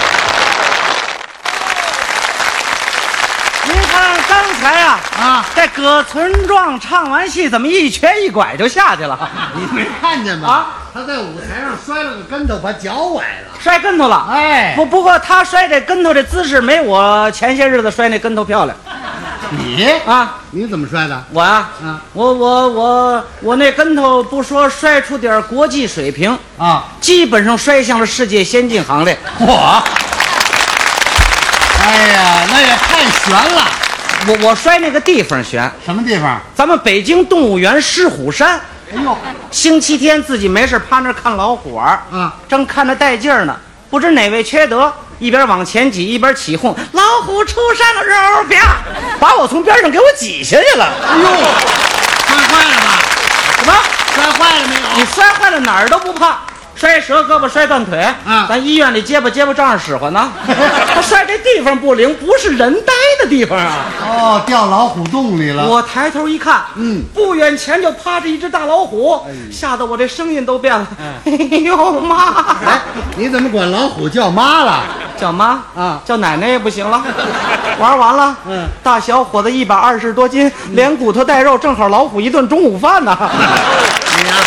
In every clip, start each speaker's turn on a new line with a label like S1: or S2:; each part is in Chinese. S1: 啊
S2: 啊
S1: 个村庄唱完戏，怎么一瘸一拐就下去了？
S2: 你没看见吗？
S1: 啊，
S2: 他在舞台上摔了个跟头，把脚崴了。
S1: 摔跟头了。
S2: 哎
S1: 不不过他摔这跟头这姿势没我前些日子摔那跟头漂亮
S2: 你
S1: 啊！
S2: 你怎么摔的？
S1: 我啊，
S2: 啊
S1: 我我我我那跟头不说摔出点国际水平，
S2: 啊，
S1: 基本上摔向了世界先进行列。
S2: 我。哎呀，那也太悬了！
S1: 我我摔那个地方悬，
S2: 什么地方？
S1: 咱们北京动物园狮虎山，
S2: 哎呦，
S1: 星期天自己没事趴那儿看老虎玩儿
S2: 啊
S1: 正看着带劲儿呢，不知哪位缺德，一边往前挤一边起哄：“老虎出山了！”肉啪，把我从边上给我挤下去了。
S2: 哎呦，摔坏了吧？
S1: 什么？
S2: 摔坏了没
S1: 你
S2: 有？
S1: 摔坏了哪儿都不怕，摔折胳膊、摔断腿
S2: 啊
S1: 咱医院里结巴结巴仗使唤 呢。他摔这地方不灵，不是人待的地方啊。
S2: 哦，掉老虎洞里了。
S1: 我抬头一看，
S2: 嗯哎
S1: 不远前就趴着一只大老虎，吓得我这声音都变了。 哎呦妈！
S2: 嗯哎，你怎么管老虎叫妈了？
S1: 叫妈
S2: 啊
S1: 叫奶奶也不行了。玩完了，
S2: 嗯，
S1: 大小伙子一百二十多斤，连骨头带肉，正好老虎一顿中午饭呢。
S2: 你呀、啊，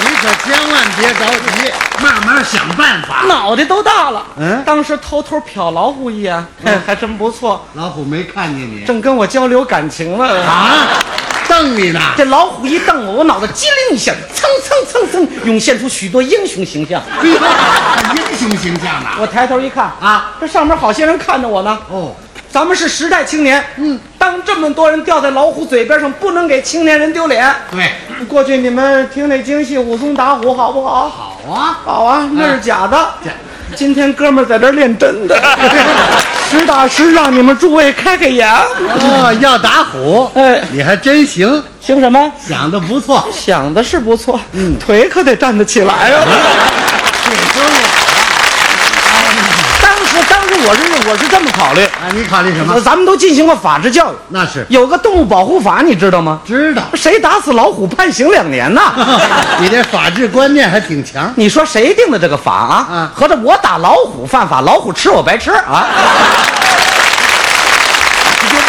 S2: 你可千万别着急，慢慢想办法。
S1: 脑袋都大了，嗯
S2: 嗯
S1: 当时偷偷瞟老虎一眼，还真不错，
S2: 老虎没看见你
S1: 正跟我交流感情呢。
S2: 啊，瞪你呢。
S1: 这老虎一瞪我，我脑袋机灵一下，蹭蹭蹭蹭，涌现出许多英雄形象。
S2: 嘿很英雄形象呢。
S1: 我抬头一看，
S2: 啊，
S1: 这上面好些人看着我呢。
S2: 哦，
S1: 咱们是时代青年，嗯，当这么多人掉在老虎嘴边上，不能给青年人丢脸。
S2: 对，
S1: 过去你们听那京戏武松打虎好不好？
S2: 好啊，
S1: 好啊，那是假的。
S2: 假
S1: 今天哥们儿在这儿练真 的，实打实让你们诸位开开眼。
S2: 哦，要打虎，
S1: 哎
S2: 你还真行，
S1: 行什么？
S2: 想的不错，
S1: 想的是不错，嗯，腿可得站得起来啊呀、
S2: 这真我
S1: 当时，当时我是我是这么考虑，
S2: 啊！你考虑什么？
S1: 咱们都进行过法制教育，
S2: 那是
S1: 有个动物保护法，你知道吗？
S2: 知道，
S1: 谁打死老虎判刑两年 呢？
S2: 你这法治观念还挺强。
S1: 你说谁定的这个法啊？
S2: 嗯
S1: 合着我打老虎犯法，老虎吃我白吃 啊？
S2: 你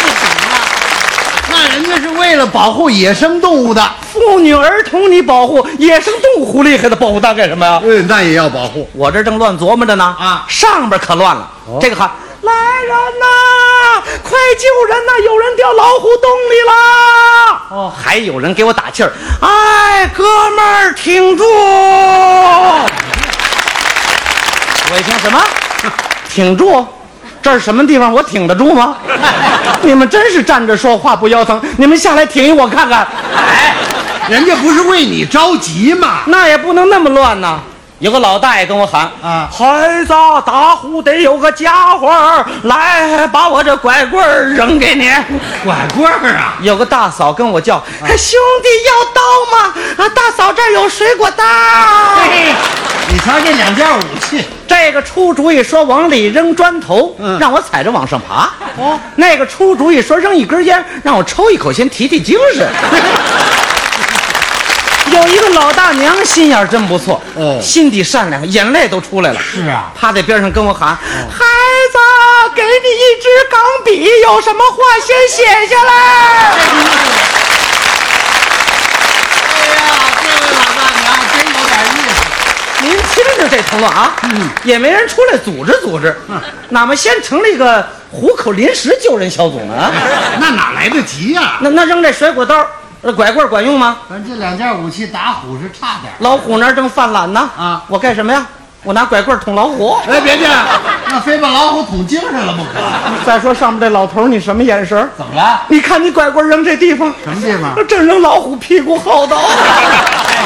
S2: 就不懂了。那人家是为了保护野生动物的，
S1: 妇女儿童你保护，野生动物狐狸还得保护它干什么呀？
S2: 嗯，那也要保护。
S1: 我这正乱琢磨着呢
S2: 啊
S1: 上边可乱了，
S2: 哦
S1: 这个喊来人呐，快救人呐！有人掉老虎洞里啦！哦，还有人给我打气儿，哎，哥们儿挺住！我一听什么， 挺住。这是什么地方？我挺得住 吗？你们真是站着说话不腰疼！你们下来挺一我看看。哎，
S2: 人家不是为你着急吗？
S1: 那也不能那么乱呐。有个老大爷跟我喊：“
S2: 啊
S1: 孩子，打虎得有个家伙儿，来把我这拐棍儿扔给你。
S2: 拐棍儿”啊！
S1: 有个大嫂跟我叫：“哎兄弟，要刀吗？啊，大嫂这儿有水果刀。”
S2: 嘿，你瞧这两件武器，
S1: 这个出主意说往里扔砖头，
S2: 嗯
S1: 让我踩着往上爬。
S2: 哦，
S1: 那个出主意说扔一根烟，让我抽一口先提提精神。 有一个老大娘心眼儿真不错，
S2: 哦
S1: 心地善良，眼泪都出来了。
S2: 是啊嗯
S1: 趴在边上跟我喊：“孩子，给你一支钢笔，有什么话先写下
S2: 嗯
S1: 来。
S2: 哎呀，这位老大娘真有点意思。”
S1: 您听着这头乱啊，嗯，也没人出来组织组织，
S2: 嗯
S1: 哪么先成立个虎口临时救人小组呢？啊
S2: 那哪来得及呀、
S1: 那那扔这水果刀、呃拐棍儿管用吗？
S2: 反正这两件武器打虎是差点儿。
S1: 老虎那儿正犯懒呢。
S2: 啊
S1: 我干什么呀？我拿拐棍儿捅老虎。
S2: 哎，别介， 那非把老虎捅精神了不可。
S1: 再说上面这老头儿，你什么眼神儿？
S2: 怎么了？
S1: 你看你拐棍儿扔这地方，
S2: 什么地方？啊
S1: 正扔老虎屁股后头。
S2: 哎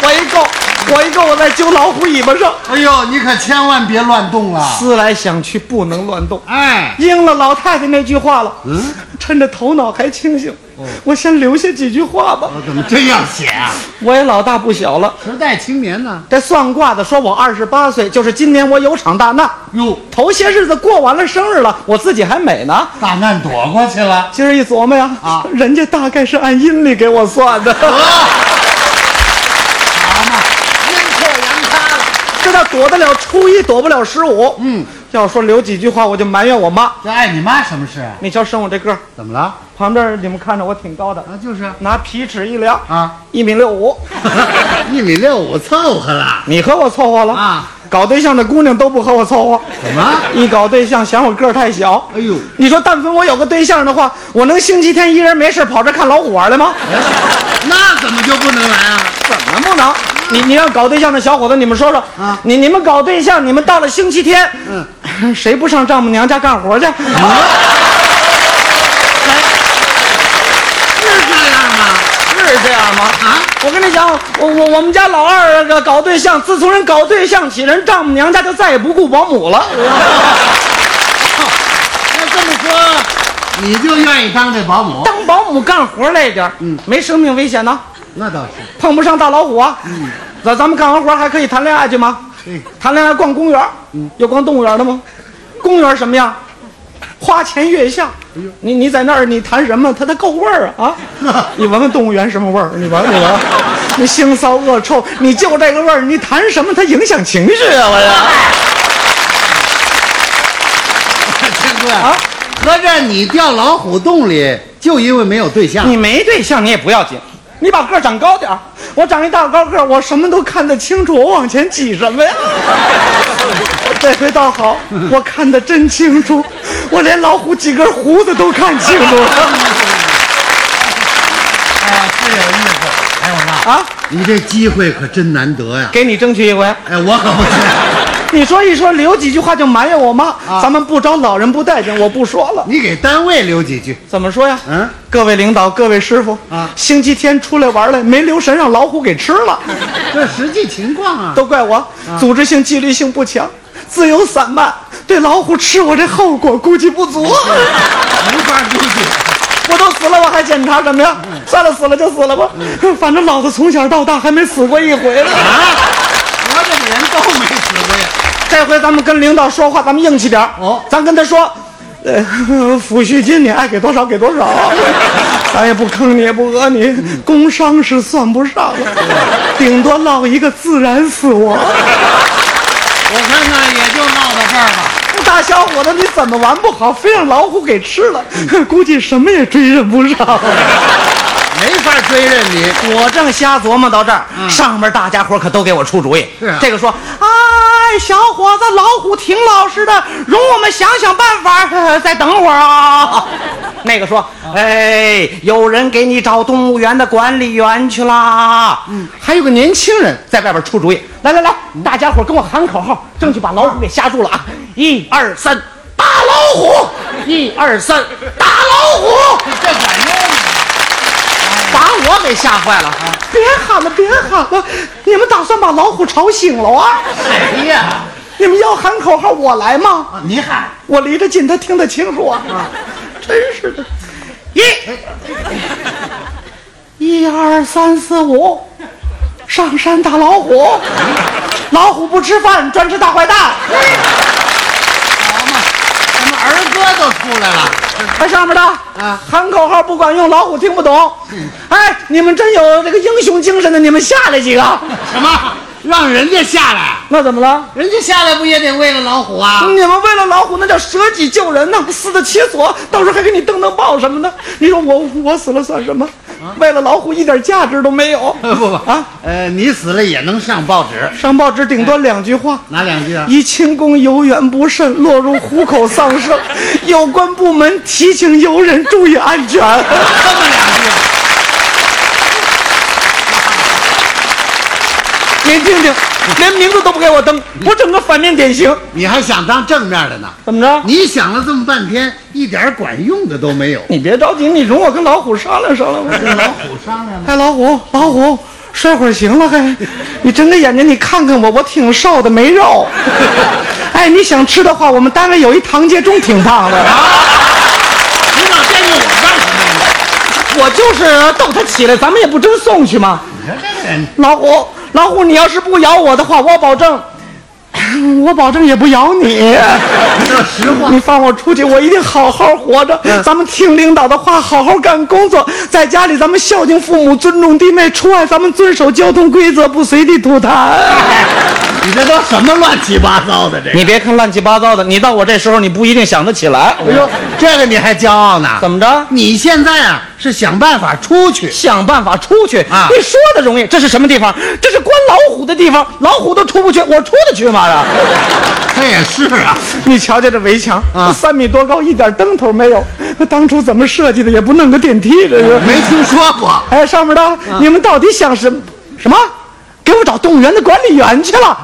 S1: 我一够，我一够，我再揪老虎尾巴上。
S2: 哎呦，你可千万别乱动啊！
S1: 思来想去，不能乱动。
S2: 哎，
S1: 应了老太太那句话了，
S2: 嗯，哦
S1: 趁着头脑还清醒，我先留下几句话吧。
S2: 我怎么真要写啊？
S1: 我也老大不小了，
S2: 时代青年呢？
S1: 这算卦的说我二十八岁，就是今年我有场大难。
S2: 哟，
S1: 头些日子过完了生日了，我自己还美呢。
S2: 大难躲过去了。
S1: 今儿一琢磨呀，
S2: 啊
S1: 人家大概是按阴历给我算的，
S2: 啊好嘛，阴错阳差了。
S1: 这叫躲得了初一，躲不了十五。嗯，要说留几句话，我就埋怨我妈。
S2: 这碍你妈什么事？啊
S1: 你瞧，生我这个儿，
S2: 怎么了？
S1: 旁边你们看着我挺高的，
S2: 啊，就是
S1: 拿皮尺一量，
S2: 啊，
S1: 一米六五。
S2: 一米六五凑合了
S1: 你和我凑合了？
S2: 啊？
S1: 搞对象的姑娘都不和我凑合，
S2: 怎么？
S1: 一搞对象嫌我个儿太小。
S2: 哎呦，
S1: 你说，但凡我有个对象的话，我能星期天一人没事跑这看老虎玩来吗？
S2: 那怎么就不能来啊？
S1: 怎么不能？你你让搞对象的小伙子，你们说说
S2: 啊
S1: 你你们搞对象，你们到了星期天，
S2: 嗯，
S1: 谁不上丈母娘家干活去？
S2: 是这样吗？
S1: 是这样吗？
S2: 啊？
S1: 我跟你讲，我我我们家老二那个搞对象，自从人搞对象起，人丈母娘家就再也不雇保姆了。
S2: 嗯那这么说，你就愿意当这保姆？
S1: 当保姆干活累点儿，
S2: 嗯
S1: 没生命危险呢，
S2: 那倒是。
S1: 碰不上大老虎啊。
S2: 嗯，
S1: 咱咱们干完活还可以谈恋爱去吗？
S2: 对，
S1: 谈恋爱逛公园儿，
S2: 嗯
S1: 有逛动物园的吗？公园什么样？花前月下
S2: 哎呦。
S1: 你你在那儿你谈什么？它它够味儿 啊啊！你闻闻动物园什么味儿？你闻你闻，你腥骚恶臭，你就这个味儿，你谈什么？它影响情绪啊！我呀。
S2: 天贵
S1: 啊
S2: 啊，合着你掉老虎洞里，就因为没有对象
S1: 你？没对象你也不要紧，你把个儿长高点儿。我长一大高个儿，我什么都看得清楚，我往前挤什么 呀？这回倒好，我看得真清楚，我连老虎几根胡子都看清 楚了
S2: 哎，这有意思。哎，我妈，
S1: 啊！
S2: 你这机会可真难得呀！
S1: 给你争取一回。
S2: 哎，我可不 是，
S1: 你说一说，留几句话就埋怨我妈，
S2: 啊
S1: 咱们不招老人不待见，我不说了。
S2: 你给单位留几句。
S1: 怎么说呀？
S2: 嗯，
S1: 各位领导，各位师傅
S2: 啊
S1: 星期天出来玩来，没留神让老虎给吃了。
S2: 这实际情况啊。
S1: 都怪我，组织性、纪律性不强，自由散漫，对老虎吃我这后果估计不足。啊
S2: 嗯没法估计。
S1: 我都死了，我还检查什么呀？
S2: 嗯
S1: 算了，死了就死了吧， 反正老子从小到大还没死过一回呢。
S2: 啊我这个人都没死过呀。
S1: 这回咱们跟领导说话，咱们硬气点儿
S2: 哦
S1: 咱跟他说，呃， 抚恤金你爱给多少给多少， 咱也不坑你也不讹你，
S2: 嗯
S1: 工伤是算不上了，
S2: 啊
S1: 顶多落一个自然死亡。
S2: 我看看也就闹到这儿吧。
S1: 大小伙子，你怎么玩不好，非让老虎给吃了？ 估计什么也追认不上。
S2: 没法追认你。
S1: 我正瞎琢磨到这儿，
S2: 嗯
S1: 上面大家伙可都给我出主意。
S2: 是啊
S1: 这个说，哎，小伙子，老虎挺老实的，容我们想想办法，呃再等会儿啊。那个说，哎，有人给你找动物园的管理员去啦。嗯，还有个年轻人在外边出主意，来来来，大家伙跟我喊口号，争取把老虎给吓住了啊！一二三，打老虎！一二三，打老虎！
S2: 这管用吗？
S1: 把我给吓坏了！别喊了，别喊了！你们打算把老虎吵醒了啊？
S2: 谁哎呀？
S1: 你们要喊口号，我来吗？
S2: 啊你喊。
S1: 我离着近，他听得清楚啊！真是的，一、一二三四五，上山打老虎，老虎不吃饭，专吃大坏蛋。
S2: 好嘛，怎么儿歌都出来了？
S1: 哎，上面的
S2: 啊
S1: 喊口号不管用，老虎听不懂。哎，你们真有这个英雄精神的，你们下来几个？
S2: 什么？让人家下来？
S1: 那怎么了？
S2: 人家下来不也得喂了老虎啊？
S1: 你们为了老虎那叫舍己救人呐、死得其所，到时候还给你蹬蹬抱什么的。你说我我死了算什么？为了老虎一点价值都没有。
S2: 呃啊 不不
S1: 啊
S2: 啊，呃，你死了也能上报纸，
S1: 上报纸顶多两句话。
S2: 哪两句啊？
S1: 宜清宫游园不慎，落入虎口丧生。 有关部门提醒游人注意安全。 您
S2: 这么两句，啊
S1: 听听，连名字都不给我登，我整个反面典型。
S2: 你还想当正面的呢？
S1: 怎么着？
S2: 你想了这么半天，一点管用的都没有。
S1: 你别着急，你容我跟老虎商量商量吧。
S2: 跟老虎商量吧。
S1: 哎，老虎，老虎，睡会儿行了嘿，你睁开眼睛，你看看我，我挺瘦的，没 肉。哎，你想吃的话，我们单位有一唐杰忠挺胖的，
S2: 你老惦记我干什么呀？
S1: 我就是逗他起来，咱们也不真送去吗？
S2: 你说这个人，
S1: 老虎，老虎，你要是不咬我的话，我保证，我保证也不咬 你。
S2: 这实话
S1: 你放我出去，我一定好好活着。咱们听领导的话，好好干工作，在家里咱们孝敬父母，尊重弟妹；出外咱们遵守交通规则，不随地吐痰。
S2: 你这都什么乱七八糟的这 个？
S1: 你别看乱七八糟的，你到我这时候，你不一定想得起来。
S2: 哎呦，这个你还骄傲呢？
S1: 怎么着？
S2: 你现在啊是想办法出去，
S1: 想办法出去
S2: 啊
S1: 你说的容易，这是什么地方？这是关老虎的地方，老虎都出不去，我出得去吗？啊这
S2: 这也是啊。
S1: 你瞧瞧这围墙
S2: 啊
S1: 三米多高，一点灯头没有。那当初怎么设计的？也不弄个电梯，这是。
S2: 没听说过，
S1: 哎，上面的，你们到底想什么？什么？给我找动物园的管理员去了。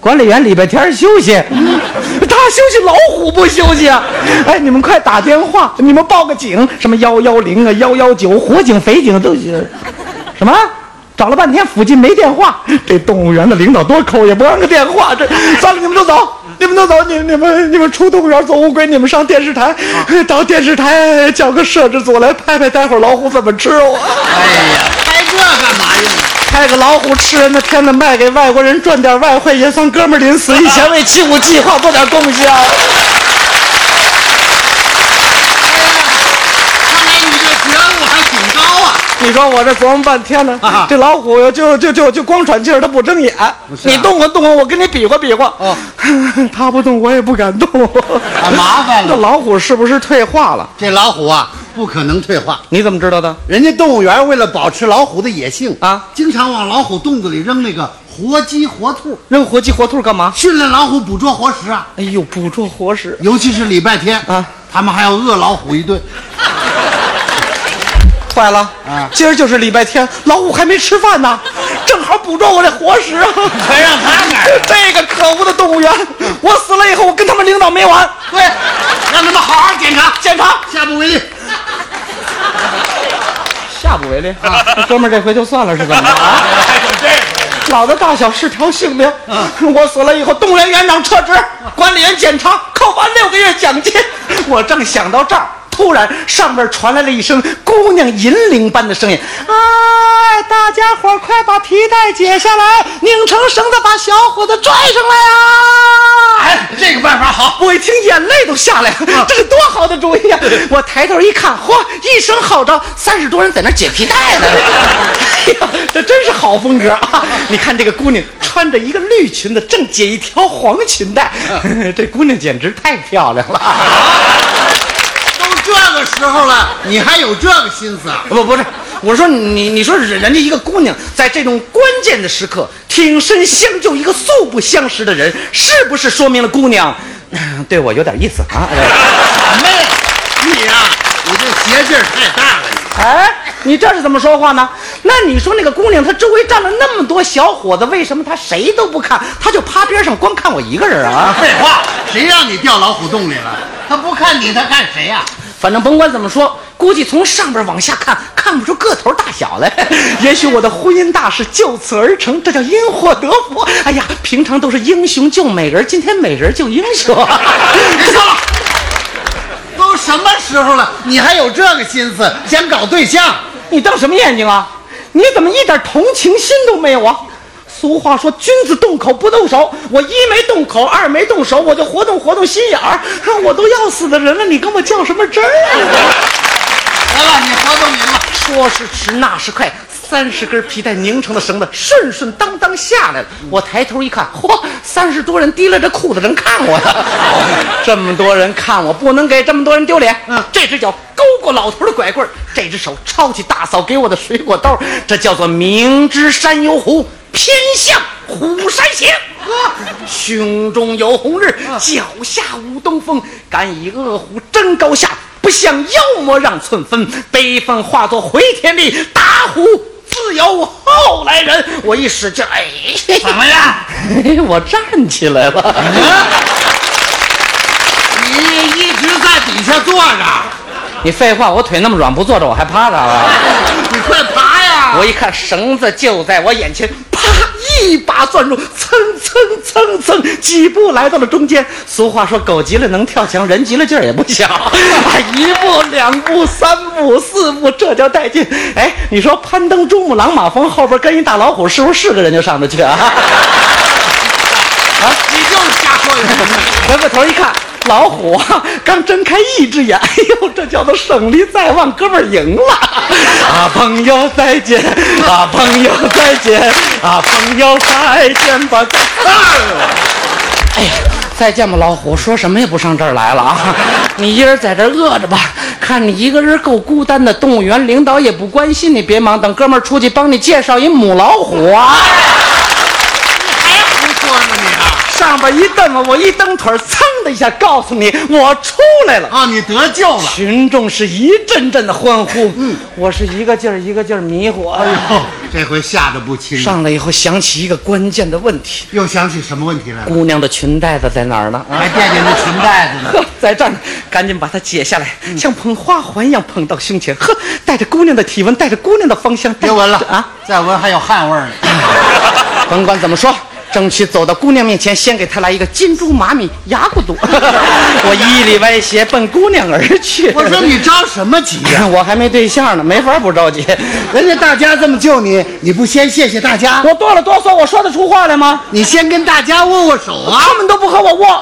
S1: 管理员礼拜天休息，他休息，老虎不休息啊！哎，你们快打电话，你们报个警，什么幺幺零啊、幺幺九，火警、匪警都是。什么？找了半天附近没电话，这动物园的领导多抠，也不让个电话。这算了，你们都走，你们都走，你你们你们出动物园走乌龟，你们上电视台，到电视台叫个摄制组来拍拍，待会儿老虎怎么吃啊我？
S2: 哎拍这干嘛用？啊
S1: 拍个老虎吃人的片子卖给外国人赚点外汇，也算哥们儿临死以前为七五计划做点贡献。
S2: 看来你这觉悟还挺高啊！
S1: 你说我这琢磨半天呢，
S2: 啊
S1: 这老虎就就就就光喘气儿，它不睁眼。
S2: 是啊
S1: 你动我动我，我跟你比划比划。
S2: 哦，
S1: 它不动我也不敢动。
S2: 啊，麻烦
S1: 这
S2: 了，
S1: 老虎是不是退化了？
S2: 这老虎啊不可能退化。
S1: 你怎么知道的？
S2: 人家动物园为了保持老虎的野性
S1: 啊，
S2: 经常往老虎洞子里扔那个活鸡、活兔，
S1: 扔活鸡活兔干嘛？
S2: 训练老虎捕捉活食啊。
S1: 哎呦，捕捉活食！
S2: 尤其是礼拜天
S1: 啊，
S2: 他们还要饿老虎一顿。
S1: 坏了
S2: 啊
S1: 今儿就是礼拜天，老虎还没吃饭呢，正好捕捉我这活食啊！
S2: 还让他买
S1: 这个可恶的动物园，我死了以后，我跟他们领导没完。
S2: 对，让他们好好检查，
S1: 检查，
S2: 下不为例。
S1: 下不为例啊！哥们儿，这回就算了，是怎 么着啊？
S2: 还有这个。
S1: 老子大小是条性命，我死了以后，动物园园长撤职，管理员检查，扣完六个月奖金。我正想到这儿，突然上面传来了一声姑娘引领般的声音：“哎，大家伙儿快把皮带解下来，拧成绳子，把小伙子拽上来啊！”
S2: 哎，这个办法好。
S1: 我一听眼泪都下来了，这是多好的主意啊！我抬头一看，嚯，一声号召，三十多人在那儿解皮带呢。哎呀，这真是好风格啊！你看这个姑娘穿着一个绿裙子，正解一条黄裙带， 这姑娘简直太漂亮了。
S2: 都这个时候了，你还有这个心思啊？
S1: 不，不是，我说你，你说人人家一个姑娘在这种关键的时刻挺身相救一个素不相识的人，是不是说明了姑娘 嗯对我有点意思啊？
S2: 什么呀？你呀、你这邪劲儿太大了，你
S1: 哎，你这是怎么说话呢？那你说那个姑娘，她周围站了那么多小伙子，为什么她谁都不看，她就趴边上光看我一个人啊？
S2: 废话，谁让你掉老虎洞里了？他不看你，他看谁呀、
S1: 反正甭管怎么说，估计从上边往下看，看不出个头大小来。也许我的婚姻大事就此而成，这叫因祸得福。哎呀，平常都是英雄救美人，今天美人救英雄。
S2: 别说了，都什么时候了，你还有这个心思想搞对象？
S1: 你瞪什么眼睛啊？你怎么一点同情心都没有啊？俗话说，君子动口不动手。我一没动口，二没动手，我就活动活动心眼儿。哼我都要死的人了，你跟我较什么真儿啊？
S2: 得了，你活动您了。
S1: 说时迟，那时快，三十根皮带拧成的绳子顺顺当当下来了。我抬头一看，嚯，三十多人提拉着裤子正看我 呢。这么多人看我，不能给这么多人丢脸。嗯，这只脚勾过老头的拐棍儿，这只手抄起大嫂给我的水果刀，这叫做明知山有虎，偏向虎山行。胸中有红日，脚下无东风。敢以恶虎争高下，不向妖魔让寸分。悲愤化作回天力，打虎自有后来人。我一使劲，哎，
S2: 怎么样？啊
S1: 嘿我站起来了。
S2: 你一直在底下坐着，
S1: 你废话，我腿那么软，不坐着我还趴着啊？
S2: 你快爬呀！
S1: 我一看绳子就在我眼前，啪一把攥住，蹭蹭蹭蹭，几步来到了中间。俗话说，狗急了能跳墙，人急了劲儿也不小。啊，一步、两步、三步、四步，这叫带劲。哎，你说攀登珠穆朗玛峰后边跟一大老虎，是不是是个人就上得去啊？
S2: 你就是瞎说的什么呢？
S1: 回过头一看，老虎啊，刚睁开一只眼，哎呦，这叫做胜利在望，哥们儿赢了！啊，朋友再见，啊，朋友再见，啊，朋友再见吧，再哎呀，再见吧，老虎，说什么也不上这儿来了啊！你一人在这儿饿着吧，看你一个人够孤单的。动物园领导也不关心你，别忙，等哥们儿出去帮你介绍一母老虎啊！
S2: 还哎胡说呢你啊！
S1: 上边一蹬我，我一蹬腿儿，噌的一下，告诉你，我出来了。
S2: 啊，你得救了！
S1: 群众是一阵阵的欢呼，嗯，我是一个劲儿一个劲儿迷糊。哎呦，
S2: 哦，这回吓得不轻啊，
S1: 上来以后想起一个关键的问题，
S2: 又想起什么问题来了？
S1: 姑娘的裙带子在哪儿呢？
S2: 啊
S1: 啊
S2: 还惦记那裙带子呢？
S1: 呵，在这儿呢，赶紧把它解下来，像捧花环一样捧到胸前。呵，带着姑娘的体温，带着姑娘的芳香。带
S2: 别闻了
S1: 啊！！
S2: 再闻还有汗味儿呢。
S1: 甭管怎么说，争取走到姑娘面前，先给她来一个金猪马米牙骨 朵。我一里歪斜奔姑娘而去。
S2: 我说你着什么急呀、
S1: 我还没对象呢，没法不着急。
S2: 人家大家这么救你，你不先谢谢大家？
S1: 我哆了哆嗦，我说得出话来吗？
S2: 你先跟大家握握手啊！
S1: 他们都不和我握。